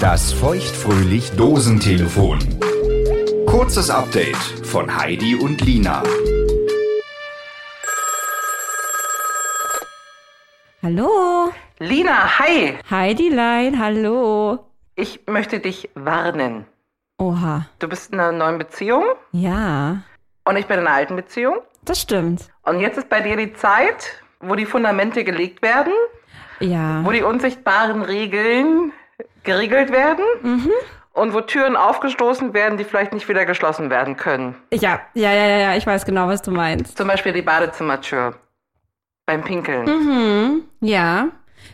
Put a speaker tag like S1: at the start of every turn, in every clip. S1: Das feuchtfröhlich Dosentelefon. Kurzes Update von Heidi und Lina.
S2: Hallo,
S3: Lina, hi!
S2: Heidilein, hallo.
S3: Ich möchte dich warnen.
S2: Oha,
S3: Du bist in einer neuen Beziehung
S2: ja,
S3: und ich bin in einer alten Beziehung.
S2: das stimmt.
S3: Und jetzt ist bei dir die Zeit, wo die Fundamente gelegt werden,
S2: Ja,
S3: wo die unsichtbaren Regeln geregelt werden und wo Türen aufgestoßen werden, die vielleicht nicht wieder geschlossen werden können.
S2: ja, ja, ja, ja, ja, ich weiß genau, was du meinst.
S3: Zum Beispiel die Badezimmertür beim Pinkeln.
S2: Mhm, ja.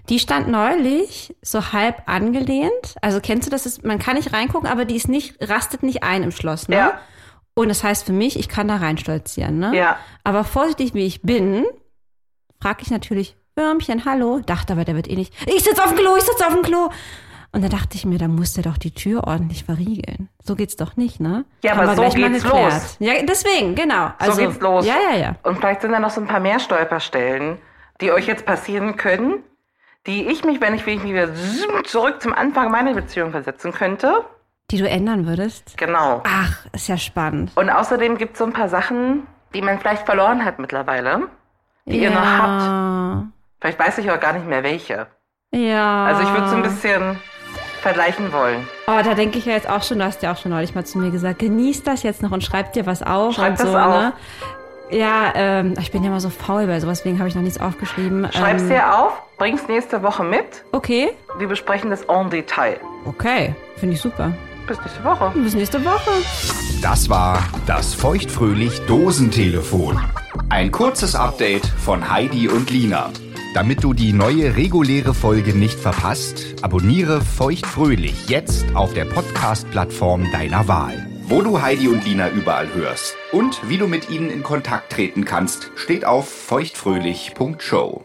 S2: Die stand neulich so halb angelehnt. Also kennst du das? Ist, man kann nicht reingucken, aber die ist nicht, rastet nicht ein im Schloss, ne?
S3: Ja.
S2: Und das heißt für mich, ich kann da reinstolzieren, ne?
S3: Ja.
S2: Aber vorsichtig wie ich bin, frage ich natürlich, Würmchen, hallo. Dachte aber, der wird eh nicht. Ich sitze auf dem Klo, ich sitze auf dem Klo. Und da dachte ich mir, da muss der doch die Tür ordentlich verriegeln. So geht's doch nicht, ne?
S3: Ja,
S2: Haben
S3: aber
S2: wir
S3: so
S2: gleich mal
S3: geht's
S2: geklärt.
S3: los.
S2: Ja, deswegen, genau. Also,
S3: so geht's los.
S2: Ja, ja, ja.
S3: Und vielleicht sind da noch so ein paar mehr Stolperstellen, die euch jetzt passieren können, die ich mich, wenn ich mich wieder zoom zurück zum Anfang meiner Beziehung versetzen könnte.
S2: Die du ändern würdest.
S3: Genau.
S2: Ach, ist ja spannend.
S3: Und außerdem gibt es so ein paar Sachen, die man vielleicht verloren hat mittlerweile. die ihr noch
S2: ja.
S3: Vielleicht weiß ich auch gar nicht mehr welche.
S2: Ja.
S3: Also ich würde so ein
S2: Ah.
S3: bisschen vergleichen wollen.
S2: Oh, da denke ich ja jetzt auch schon, du hast ja auch schon neulich mal zu mir gesagt, genieß das jetzt noch und schreib dir was auf
S3: Schreib
S2: und
S3: das
S2: so,
S3: auf.
S2: ne? Ja, ähm, ich bin ja immer so faul bei sowas, deswegen habe ich noch nichts aufgeschrieben.
S3: Schreib's
S2: ähm,
S3: dir auf, bring's nächste Woche mit.
S2: Okay.
S3: Wir besprechen das en Detail.
S2: Okay, finde ich super.
S3: Bis nächste Woche.
S2: Bis nächste Woche.
S1: Das war das feuchtfröhlich Dosentelefon. Ein kurzes Update von Heidi und Lina. Damit du die neue reguläre Folge nicht verpasst, abonniere feuchtfröhlich jetzt auf der Podcast-Plattform deiner Wahl. Wo du Heidi und Lina überall hörst und wie du mit ihnen in Kontakt treten kannst, steht auf feuchtfröhlich.show.